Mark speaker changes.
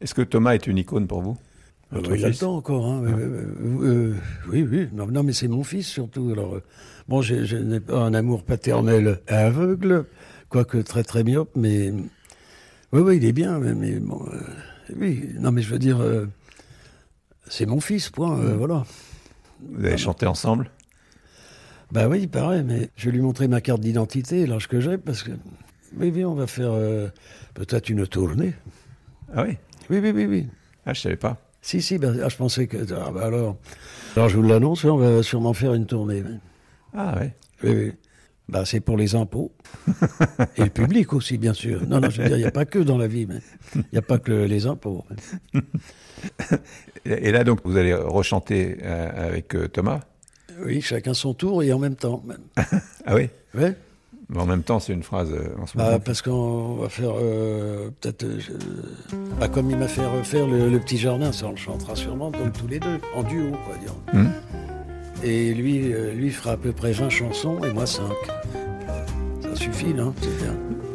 Speaker 1: Est-ce que Thomas est une icône pour vous
Speaker 2: Ah
Speaker 1: Votre
Speaker 2: bah, il a le
Speaker 1: fils Ah.
Speaker 2: temps encore. hein. Euh, euh, euh, oui, oui. Non, non, mais c'est mon fils surtout. Alors, euh, bon, j'ai- je n'ai pas un amour paternel aveugle, quoique très très myope, mais oui, oui, il est bien. Mais, mais bon, euh, oui. Non, mais je veux dire, euh, c'est mon fils, point.
Speaker 1: Mm.
Speaker 2: euh, voilà.
Speaker 1: Vous avez chanté ensemble
Speaker 2: Bah oui, pareil, mais je vais lui montrer ma carte d'identité, l'âge que j'ai, parce que. Oui, oui, on va faire euh, peut-être une tournée.
Speaker 1: Ah oui
Speaker 2: Oui, oui, oui, oui.
Speaker 1: Ah, je savais pas.
Speaker 2: Si, si, bah, ah, je pensais que. Ah, bah alors. Alors, je vous l'annonce, on va sûrement faire une tournée. oui.
Speaker 1: Ah ouais.
Speaker 2: Oui, oui. Bah, c'est pour les impôts. Et le public aussi, bien sûr. Non, non, je veux dire, il n'y a pas que dans la vie, mais il n'y a pas que les impôts.
Speaker 1: Et et là, donc, vous allez rechanter euh, avec euh, Thomas
Speaker 2: Oui, chacun son tour et en même temps.
Speaker 1: Ah oui
Speaker 2: Ouais.
Speaker 1: Mais en même temps, c'est une phrase euh, en ce moment.
Speaker 2: Bah, parce qu'on va faire euh, peut-être. euh, je- bah, comme il m'a fait refaire le, le petit jardin, ça on le chantera sûrement comme tous les deux, en duo, quoi, dire.
Speaker 1: Mhm.
Speaker 2: Et lui, euh, lui fera à peu près 20 chansons et moi 5. Ça suffit, non C'est bien.